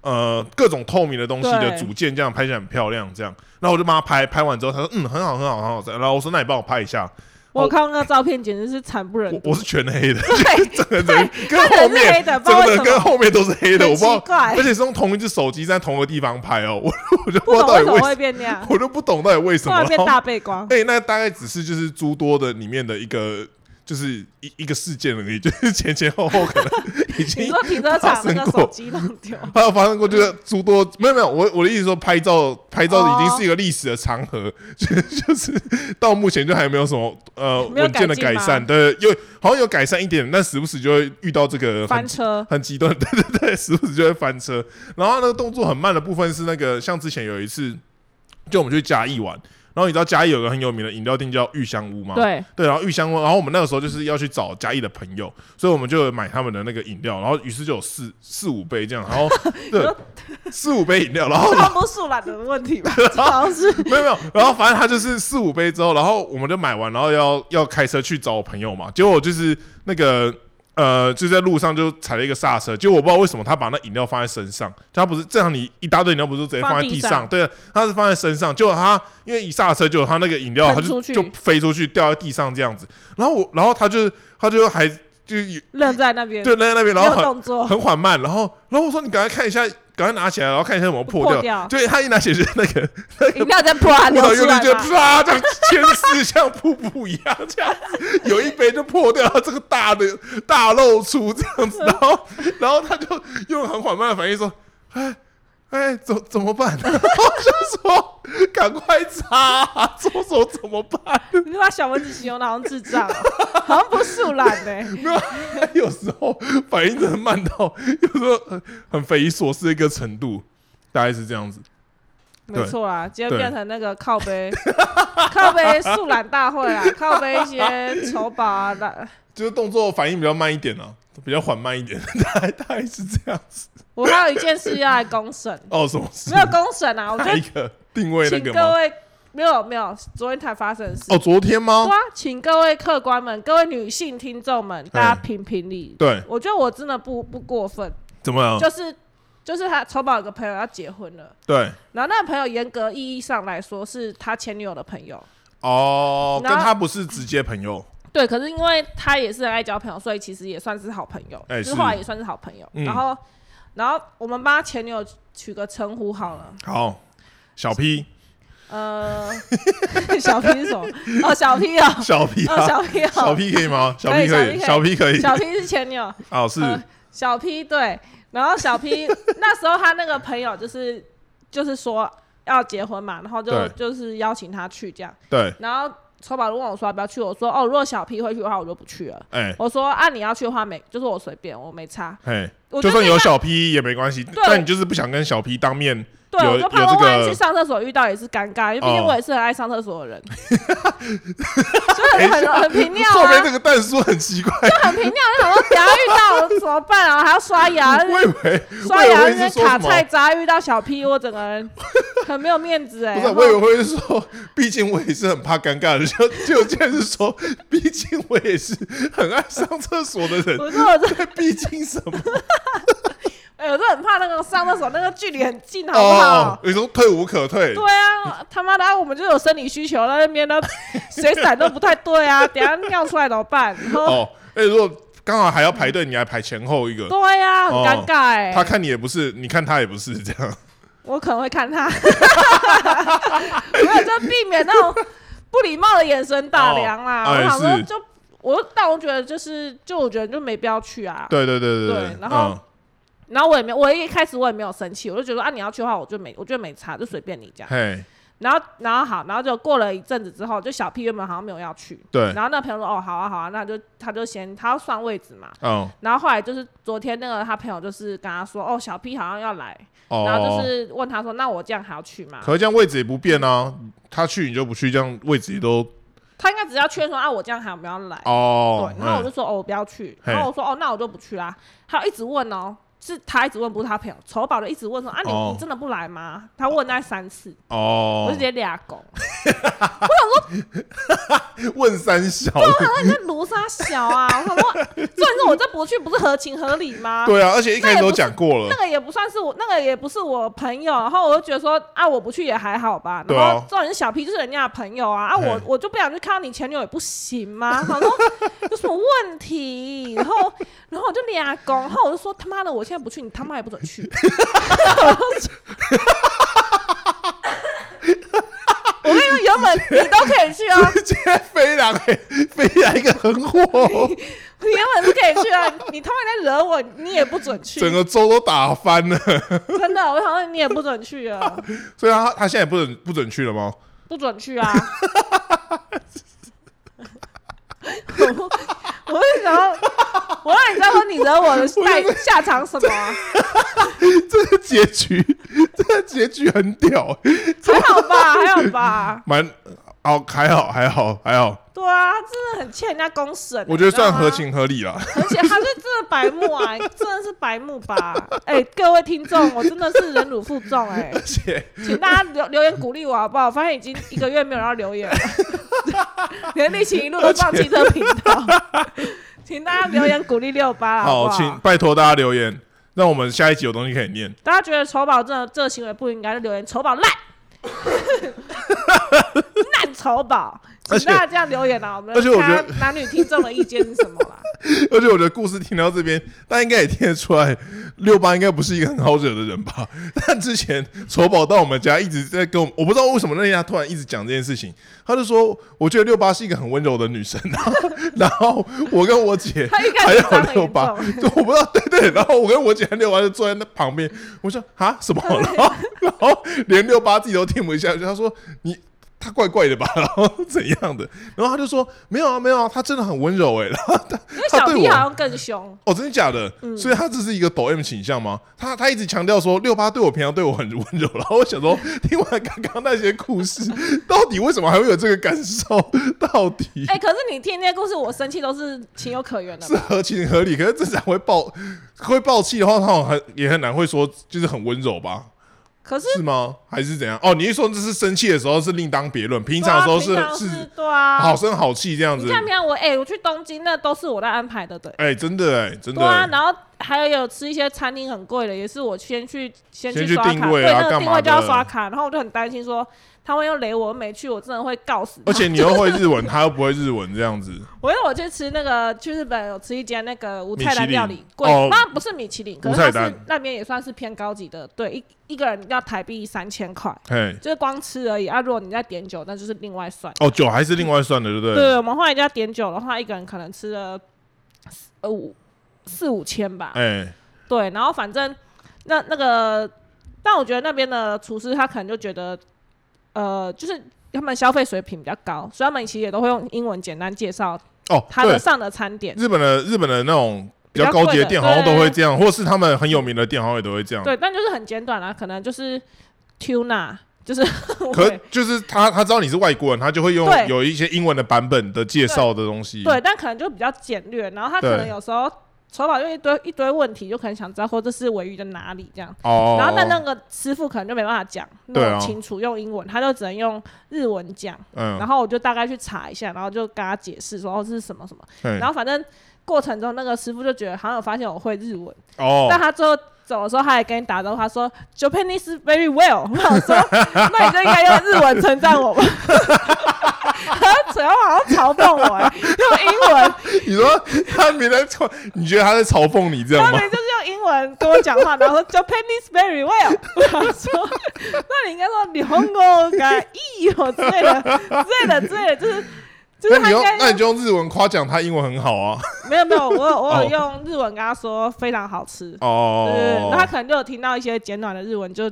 呃各种透明的东西的
对
组件，这样拍起来很漂亮。这样，然后我就帮他拍，拍完之后他说嗯很好很好很好，然后我说嗯那你帮我拍一下，
我看到那个照片简直是惨不忍
哦我
睹。
我是全黑的， <laughs>
对，
整个人跟
他
后
人是
面
黑的，不知
整
道
个
为
人
什
跟
么，
后面都是黑的，我
很
不知道
奇怪
而，且是用同一只手机在同一个地方拍哦，我 <laughs> 我就不
不
知道
懂
到底
为什
为
么
什
会变那样，
我就不懂到底为什
突
么。
然变
然后，
大背光。
<laughs> 哎、那大概只是就是诸多的里面的一个，就是一一个事件而已，就是前前后后可能已
<laughs> 你
经
说停车场那
发
个
生过
手机弄丢，
还 <laughs> 有发生过，就是诸多没有没有，我我的意思说拍照拍照已经是一个历史的长河， <laughs> 就是就是到目前就还没有什么呃
没有
稳健的
改
改
进吗
善，对，有好像有改善一点，但时不时就会遇到这个很
翻 <laughs> 车，
很极端，对 <laughs> 对对，时不时就会翻车。然后那个动作很慢的部分是那个，像之前有一次，就我们去嘉义玩，然后你知道嘉义有个很有名的饮料店叫玉香屋吗？
<laughs> 对，
对，然后玉香屋，然后我们那个时候就是要去找嘉义的朋友，所以我们就买他们的那个饮料，然后于是就有四四五杯这样，然后对四五杯饮料，然后
这不是懒的
<laughs>
问题吧？这好像是
没有没有，然后反正他就是四五杯之后，然后我们就买完，然后要要开车去找我朋友嘛，结果就是那个呃，就在路上就踩了一个刹车，结果我不知道为什么他把那饮料放在身上，就他不是正常你一大堆饮料不是直接放在地上，
放
对，啊他是放在身上，结果他因为一刹车，结果他那个饮料他
喷
就
出去
就飞出去掉在地上这样子，然后我然后他就他就还就
愣在那边，
就在那边，然后
没有
很
动作，
很缓慢，然后然后我说你赶快看一下，赶快拿起来，然后看一下有没有破
破掉
对他一拿起来就是那个
饮料在破啊，
不
流
能
出
用力
来
就
嘛。
啪，这样千丝像瀑布一样，这样子有一杯就破掉，这个大的大露出这样子，然后然后他就用很缓慢的反应说：“哎哎，怎怎么办？” <laughs> 然后就说：“赶快擦，左手怎么办 <laughs>
你把小蚊子形容的好像智障哦，好像不是懒欸呢。？”
有时候反应真的慢到，有时候很很匪夷所思的一个程度，大概是这样子。对
没错啦，今天
对
变成那个靠背，靠背素懒大会啊，靠背一些丑宝啊，懒
就是动作反应比较慢一点啊，比较缓慢一点， <laughs> 大概大概是这样子。
我还有一件事要来公审，
哦，什么事？
没有公审啊，我觉
哪一
得
个定位那
请
个
各
吗？
位没有没有，昨天才发生的事。
哦，昨天
对
吗？
啊，请各位客官们、各位女性听众们，大家
哎
评评理。
对，
我觉得我真的不不过分，
怎么样？
就是就是他丑宝有个朋友要结婚了，
对，
然后那个朋友严格意义上来说是他前女友的朋友，
哦，跟
然后
他不是直接朋友，
对，可是因为他也是很爱交朋友，所以其实也算是好朋友，
哎
就是是后来也算是好朋友。
嗯
然后，然后我们帮他前女友取个称呼好了，
好，小 P， <laughs>
呃，小 P 是什么？哦，小 P 哦，
小 P，
哦，
啊
小 P 哦，
小 P 可以吗？小 P
可
以，
以
小 P 可以，
小 P 是前女友，
哦，是，
呃小 P 对，然后小
<laughs>
P 那时候他那个朋友就是就是说要结婚嘛，然后就
对
就是邀请他去这样，
对，
然后丑宝就问我说要不要去，我说哦，如果小 P 会去的话，我就不去了。
哎，
我说啊，你要去的话没，就是我随便，我没差。
嘿，
我
就
就
算
是
有小 P 也没关系，
对
但你就是不想跟小 P 当面，
对，
有
我就
有
怕
这
我
个
万一去上厕所遇到也是尴尬，因为毕竟
哦
我也是很爱上厕所
<laughs>
的人，所以很很平尿
哎后
啊
面，那个蛋叔很奇怪，
很平尿。就想说等一下遇到我怎么办啊？还要刷牙，
<laughs> 我以为，我
<laughs> 刷
以
牙
为
啊那边
是说
卡
什么？
菜渣，遇到小 P，我整个人 <laughs> 很没有面子哎、
不是，
然
我以为
后
会是说，毕竟我也是很怕尴尬的人，就就竟然是说，毕竟我也是很爱上厕所的人。
我说我这，
<laughs> 毕竟什么？
<laughs> 哎、我就很怕那个上厕所那个距离很近，好不好？
哦，有时候退无可退。
对啊，他妈的、 <laughs> 啊，我们就有生理需求，那边的水闪都不太对啊， <laughs> 等一下尿出来怎么办？然后
哦，哎，如果刚好还要排队，你还排前后一个，
对啊，很
哦
尴尬哎、
他看你也不是，你看他也不是这样。
我可能会看他， <laughs> 没有就避免那种不礼貌的眼神打量啦。
哦哎
我想说
是
就我，但我觉得就是就我觉得就没必要去啊。
对对对对
<laughs> 对，然后
嗯
然后我也没有，我一开始我也没有生气，我就觉得啊，你要去的话，我就没，我觉得没差，就随便你这样。
嘿，
然后然后好，然后就过了一阵子之后，就小 P 原本好像没有要去，
对，
然后那个朋友说哦好啊好啊，那就他就先他要算位置嘛，
嗯，
然后后来就是昨天那个他朋友就是跟他说哦小 P 好像要来，
哦，
然后就是问他说那我这样还要去吗？
可是这样位置也不变啊，他去你就不去，这样位置也都
他应该只是要确认说啊我这样还有没有来？
哦
对，，然后我就说哦，我不要去。
嘿
然后我说哦，那我就不去啦。他一直问哦，是他一直问，不是他朋友。丑宝就一直问说啊，你、
哦
你真的不来吗？他问那三次，
嗯哦
我就直，接俩狗，
问三小，
那你在卢沙小啊！我想说，虽然说我这不去不是合情合理吗？
对啊，而且一开始
那也
都
不
讲过
那
了，
个也不算是我，那个也不是我朋友，然后我就觉得说啊，我不去也还好吧。
对
然
啊
后这种人小 P 就是人家的朋友啊，啊我
嘿
我就不想去看到你前女友也不行吗？然后有什么问题？然后然后我就俩拱，然后我就说他妈的，我现在不去，你他妈也不准
<laughs>
去。我跟你说，原本你都可以去啊，
<laughs> 直接飞来飞来一个横
<laughs>
祸，
你原本是可以去啊， <laughs> 你他妈在惹我，你也不准去，
整个州都打翻了，
真的，我想说你也不准去啊。 <laughs>
所以他他现在也不准不准去了吗？
不准去啊！ <laughs> 我我是想要，我让你知道说你惹我的代下场什么啊、
<laughs> 这个结局，这个结局很屌，
还好吧，还好吧，
蛮好，还好还好还好，
对啊，真的很欠人家公审、
我觉得算合
你
情合理
<laughs>
啦。
知道吗，而且他是真的白目啊，真的是白目吧？哎、各位听众，我真的是忍辱负重哎、
而且
请大家留 <laughs> 留言鼓励我好不好？我发现已经一个月没有人要留言了， <laughs> 连立情一路都放弃这个频道， <laughs> 请大家留言鼓励六八啦，好
好，
不
请
好？
拜托大家留言，让我们下一集有东西可以念。 <laughs>
大家觉得丑宝这这个行为不应该，就留言丑宝烂， <laughs> 烂丑宝，请
而且
大家这样留言啊！我们
而且我觉得
看男女听众的意见是什么啦？
而且我觉得故事听到这边，大家应该也听得出来，六八应该不是一个很好惹的人吧？ <laughs> 但之前丑宝到我们家一直在跟我们，我不知道为什么那天他突然一直讲这件事情，他就说，我觉得六八是一个很温柔的女生，然后 <laughs> 然后我跟我姐
他一开
还
始
有
脏很
六
严
八，
重，
就我不知道，对对，然后我跟我姐和六八就坐在那旁边，我说啊什么，然后然后连六八自己都听不下去，他说你他怪怪的吧，然后怎样的，然后他就说没有啊没有啊，他真的很温柔哎、然后他
因为
他
小
对
P 好
我
像更凶，
<laughs> 哦真的假的，
嗯
所以他这是一个抖 M 倾向吗？他他一直强调说六八对我平常对我很温柔，然后我想说听完刚刚那些故事，到底为什么还会有这个感受？到底
哎、可是你听那些故事，我生气都是情有可原的
是
吧。
合情合理，可是正常会爆会爆气的话，他好像很也很难会说就是很温柔吧？
可是
是吗？还是怎样？哦，你一说这是生气的时候是另当别论，平常的时候是、
对啊平常
是
对啊，
好声好气这样
你
子。
看平常我哎、我去东京那都是我在安排的，对。
哎、真的哎、真的、
对啊，
哎
然后还有有吃一些餐厅很贵的，也是我先去先
先
去
去
刷
定
卡，
位
对
啊
那
干嘛
个定位就要
的
刷卡，然后我就很担心说他会又雷我，我没去，我真的会告死他。
而且你又会日文，他又不会日文，这样子
我因为我去吃那个去日本有吃一间那个无
米
菜
其
单料
林
理，贵
哦，
那、不是米其林，可
无
是
菜
它是
单
那边也算是偏高级的，对，一一个人要台币三千块，
嘿。
就是光吃而已啊。如果你再点酒，那就是另外算。
哦，酒还是另外算的，对不对？
对，我啊们后来就要点酒的话，一个人可能吃了四呃五四五千吧。
哎、
对，然后反正那那个，但我觉得那边的厨师他可能就觉得，呃，就是他们消费水平比较高，所以他们其实也都会用英文简单介绍
哦，
他的
对，
上的餐点。
日本的日本的那种比
比
较
较
高级
贵
的
的
店，好像都
对
会这样，或是他们很有名的店，好像也都会这样。
对，但就是很简短啦、可能就是 tuna，就是
可
对
就是他他知道你是外国人，他就会用
对
有一些英文的版本的介绍的东西。
<laughs> 对，但可能就比较简略，然后他可能
对
有时候。厨房就一堆一堆问题，就可能想知道说这是尾鱼的哪里这样，
哦，
然后但那个师傅可能就没办法讲
对啊
那么清楚，用英文，他就只能用日文讲。然
嗯，
后我就大概去查一下，然后就跟他解释说哦这是什么什么，
然
然后反正过程中那个师傅就觉得好像有发现我会日文，但
哦，
他最后走的时候他也跟你打招呼，他说 Japanese very well，我 <laughs> 想说那你就应该用日文称赞我吧。 <laughs> 他主要好像嘲讽我、欸，用英文，
你说他没在嘲，你觉得他在嘲讽你这样
他
吗
明？明就是用英文跟我讲话，然后说 Japanese very well，我想说，那你应该说日本語がいいよ之类的，之类的，之类的，就是就
那
是他
你
应
用
该
那你就用日文夸奖他英文很好啊。
没有没有，我有我
哦
有用日文跟他说非常好吃，对对对，然后他
哦，
可能就有听到一些简短的日文，就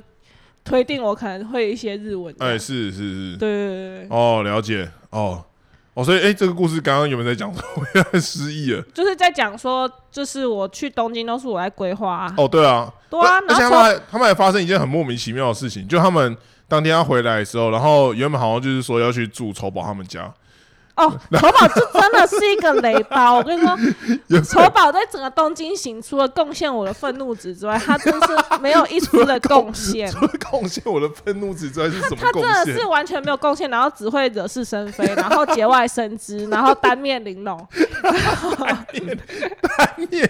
推定我可能会一些日文这
哎、
样。
是是是，
对对对对对，
哦，了解，哦哦，所以哎、这个故事刚刚有没有在讲？我原来失忆了。
就是在讲说，就是我去东京都是我来规划啊。
哦，对啊，
对啊，
而
然
且他们
后说
还他们还发生一件很莫名其妙的事情，就他们当天要回来的时候，然后原本好像就是说要去住丑宝他们家，
哦，丑宝这真的是一个雷 <laughs> 包。我跟你说，
有
丑宝在整个东京行除了贡献我的愤怒值之外，他真是没有一丝的贡献。
<laughs>
<laughs>
除了贡献我的愤怒值之外是什么
他
贡
真的
献
是？完全没有贡献，然后只会惹是生非，然后节外生枝，然后单面玲珑， <laughs>
面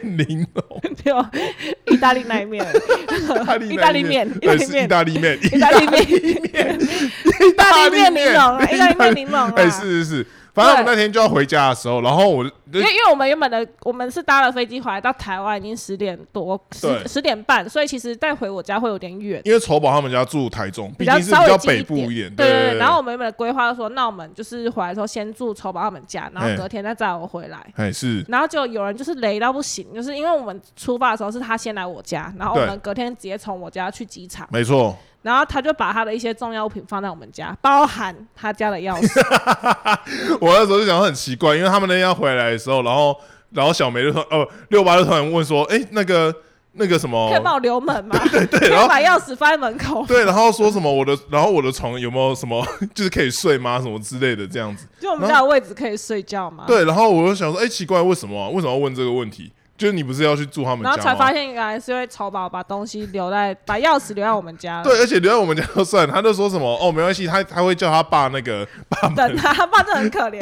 临哦，
就意大利那一面，
意大利
<laughs> 意大利面
面，
意大
对
利
是
面
意大利面，
意大利面，意大利面玲珑，意大利面玲珑啊
哎，。是是是，反正我们那天就要回家的时候，然后我就
因为因为我们原本的我们是搭了飞机回来到台湾已经十点多
对
十十点半，所以其实再回我家会有点远，
因为丑宝他们家住台中，毕
较
竟是
稍
比
微
较
近
北部
一
一点，
对
对
对。然后我们原本的规划就说，那我们就是回来的时候先住筹宝他们家，然后
哎
隔天再载我回来。
哎是
然后就有人就是雷到不行，就是因为我们出发的时候是他先来我家，然后我
对
们隔天直接从我家去机场，
没错，
然后他就把他的一些重要物品放在我们家，包含他家的钥匙。
我那时候就想说很奇怪，因为他们那天要回来的时候，然后然后小梅就说，哦，六八就突然问说，哎、那个那个什么
可，以帮我留门吗？可
然后
以把钥匙放在门口。
对，然后说什么我的，然后我的床有没有什么 <laughs> 就是可以睡吗？什么之类的这样子。
就我们家的位置可以睡觉嘛。。
对，然后我就想说，哎、奇怪，为什么、啊？为什么要问这个问题？就是你不是要去住他们
然后
家
才发
吗？
现原来是因为丑宝把东西留在，把钥匙留在我们家了。
对，而且留在我们家就算，他就说什么哦，没关系，他他会叫他爸那个爸妈，
等他，他爸就很可怜。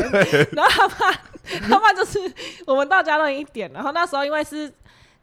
然后他爸，他爸就是我们到家都已经一点，然后那时候因为是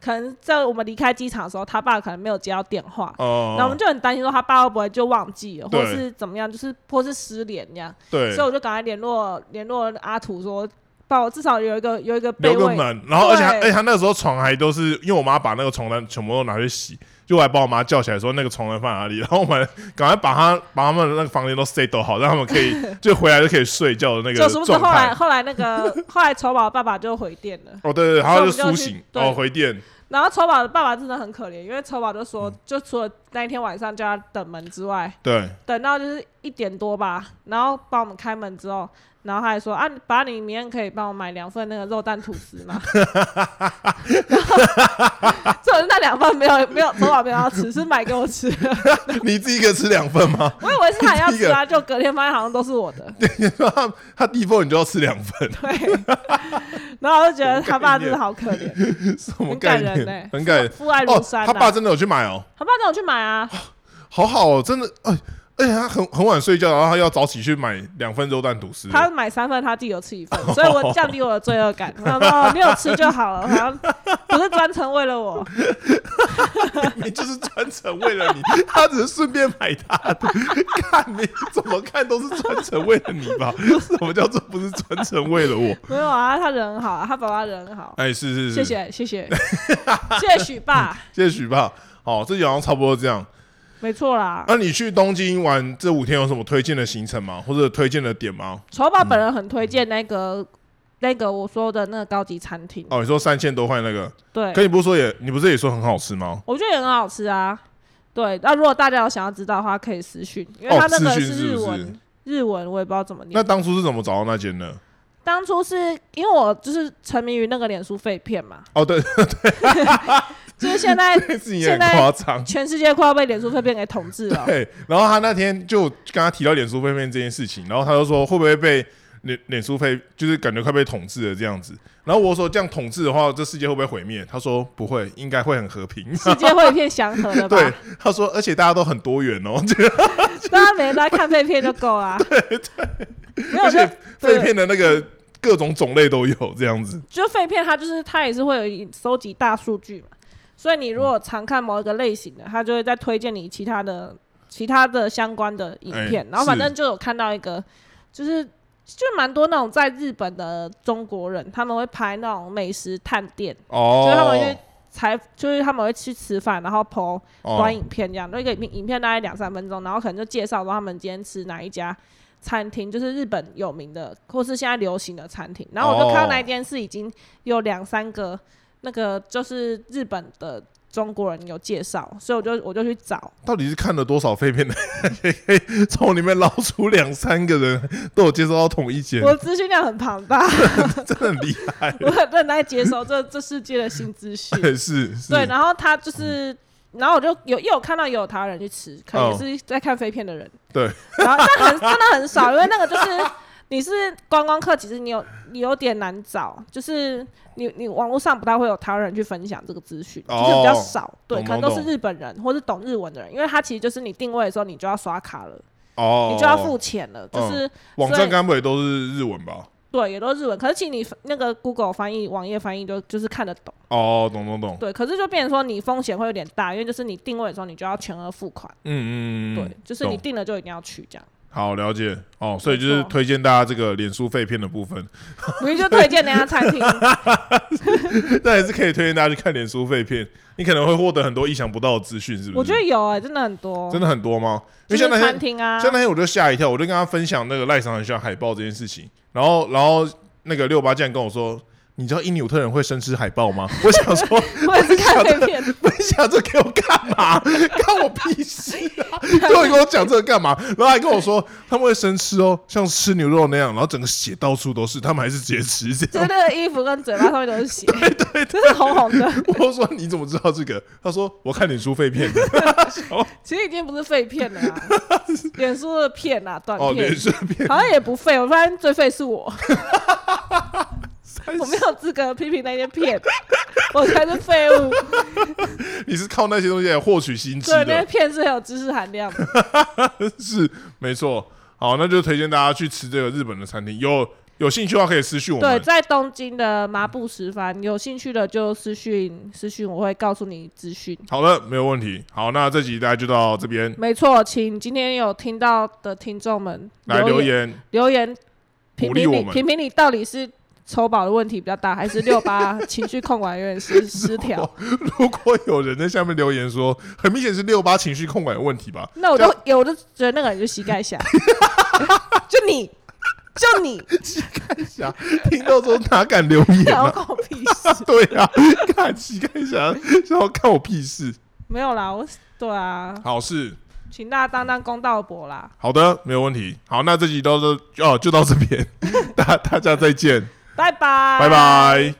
可能在我们离开机场的时候，他爸可能没有接到电话，
哦、
然后我们就很担心说他爸会不会就忘记了，
对
或是怎么样，就是或是失联这样，
对
所以，我就赶快联络联络阿土说，帮我至少有一个有一个备
留个
位。
门，然后而且他
对
而且他那时候床还都是因为我妈把那个床单全部都拿去洗，就我还把我妈叫起来说那个床单放哪里，然后我们赶快把他把他们的那个房间都 set 好，让他们可
<laughs>
以就回来就可以睡觉的那
就殊
个
不知
状
后来
态。
后来那个后来丑宝爸爸就回电了，
哦，对对，对然后就
所以
苏
我们就去
醒，
对
哦，回电，
然后丑宝的爸爸真的很可怜，因为丑宝就说，就除了那一天晚上叫他等门之外， <laughs>
对，
等到就是一点多吧，然后帮我们开门之后，然后他还说啊，把你明天可以帮我买两份那个肉蛋吐司吗？然后，这种是那两份没有没有昨晚没有要吃，是买给我吃。
你自己一个吃两份吗？ <laughs>
我以为是他要吃啊，就隔天发现好像都是我的。
你说他他地缝你就要吃两份，
对，然后我就觉得他爸真的好可怜，
<laughs> 什么
很感
概
人
念
欸？
很感人
父爱如
哦，
山、啊
他爸真的有去买哦，
他爸叫我去买啊，
好好哦，真的，哎，而且他很很晚睡觉，然后他要早起去买两份肉蛋吐司，
他买三份，他自己有吃一份， <laughs> 所以我降低我的罪恶感。我想说哦你有吃就好了，好像不是专程为了我。
<laughs> 你就是专程为了你，他只是顺便买他的。 <laughs> 看你怎么看都是专程为了你
<laughs>
吧？什么叫做不是专程为了我？
没有啊，他人很好啊，他爸爸人很好，
哎，是是是，
谢，谢谢谢 <laughs> 谢谢许爸，
谢谢许爸。好，这集好像差不多这样。
没错啦。
那你去东京玩这五天有什么推荐的行程吗？或者推荐的点吗？
丑宝本人很推荐那个那个我说的那个高级餐厅，
哦，你说三千多块那个，
对
可，你不是说也，你不是也说很好吃吗？
我觉得也很好吃啊。对，那如果大家有想要知道的话，可以私讯，因为
哦
他那个
私讯是
日
不是
文，日文我也不知道怎么
那
念。
当初是怎么找到那间的？
当初是因为我就是沉迷于那个脸书废片嘛，
哦，对， <laughs>
就是现在
那次你也很
现在
夸张。
全世界快要被脸书废片给统治
<laughs>
了。
对，然后他那天就跟他提到脸书被骗这件事情，然后他就说会不会被脸脸书被就是感觉快被统治了这样子。然后我说这样统治的话，这世界会不会毁灭？他说不会，应该会很和平。
世界会一片祥和的吧？
<laughs> 对，他说而且大家都很多元哦，这 <laughs> 个
大家每天都在看废片就够啦。对对，没有
而
就
且
对
被骗的那个各种种类都有这样子。
就废片，它就是它也是会有一收集大数据嘛，所以你如果常看某一个类型的，它就会再推荐你其他的其他的相关的影片，
哎
然后反
是
正就有看到一个，就是就蛮多那种在日本的中国人，他们会拍那种美食探店，就是他们
哦
去采，就是他们会去吃饭，然后 po <laughs> 短
哦
影片这样，那、一个影片影片大概两三分钟，然后可能就介绍说他们今天吃哪一家餐厅，就是日本有名的或是现在流行的餐厅。然后我就看
哦
到那一间是已经有两三个那个就是日本的中国人有介绍，所以我就我就
<laughs>
去找，
到底是看了多少废片的， <laughs> 可以从里面捞出两三个人都有接收到同一间，
我资讯量很庞大，
真的很厉害。
我很认真在接收这这世界的新资
<laughs>
讯。
是，是嗯
对，然后他就是，然后我就有又有看到有台湾人去吃，可
哦
能是在看飞片的人。
对。
<laughs> 然后但很真的很少，因为那个就是你是观光客，其实你有你有点难找，就是你你网络上不太会有台湾人去分享这个资讯，就是比较
哦
少。对，
懂
可能
懂
都是
懂
日本人或是懂日文的人，因为他其实就是你定位的时候你就要刷卡了，
哦，
你就要付钱了，就
嗯
是
网
所
站
以
该不会都是日文吧？
对，也都是日文。可是其实你那个 Google 翻译网页翻译就就是看得懂。
哦，懂懂懂，
对，可是就变成说你风险会有点大，因为就是你定位的时候你就要全额付款，
嗯嗯嗯，
对，就是你
懂
定了就一定要去这样。
好了解哦，所以就是
没错
推荐大家这个脸书废片的部分， <laughs>
你就推荐那家餐厅，
但也是可以推荐大家去看脸书废片，你可能会获得很多意想不到的资讯，是不是？
我觉得有哎、真的很多，
真的很多吗？因
就
为
是
像那天
餐厅啊，
像那天我就吓一跳，我就跟他分享那个赖上很喜欢海豹这件事情，然后然后那个六八竟然跟我说。你知道因纽特人会生吃海豹吗？ <laughs> 我想说，
我也是看这
<laughs>
片，
分享这给我干
<laughs>
嘛？干我屁事啊！最后你跟我讲这个干嘛？然后还跟我说他们会生吃哦，像吃牛肉那样，然后整个血到处都是，他们还是直接吃这样。
就是那个衣服跟嘴巴上面都是血，对对就是红红的，
我说你怎么知道这个？他说我看脸书废片的
其实已经不是废片了啊，脸书的片啊，短
哦，
片
脸。书片
好 <laughs> 像也不废，我发现最废是我， <laughs> 我没有资格批评那些片，我才是废物。
<laughs> 你是靠那些东西来获取新知
对，那些
的，
片是很有知识含量的。
<laughs> 是没错。好，那就推荐大家去吃这个日本的餐厅，有有兴趣的话可以私讯我
对，
们。
在东京的麻布十番，有兴趣的就私讯私讯，我会告诉你资讯。
好的，没有问题。好，那这集大家就到这边，
没错，请今天有听到的听众们
来留
言
言
留言，评
鼓励
评
我
你
们
评评你到底是抽宝的问题比较大，
<laughs>
还是六八情绪控管有点失失调？
如果有人在下面留言说，很明显是六八情绪控管有问题吧？
那我
这
就
样
有，我就觉得那个人就膝盖
<laughs>
侠，就你，就你，
想听到之后哪敢留言
聊 <laughs>
啊？？
狗屁事
<laughs> 对啊，看乞丐侠，然后看我屁事。
没有啦，我对啊，
好事，
请大家当当公道伯啦，
好的，没有问题。好， <laughs> 那这集到这哦，就到这边，大大家再见，
拜拜，
拜拜。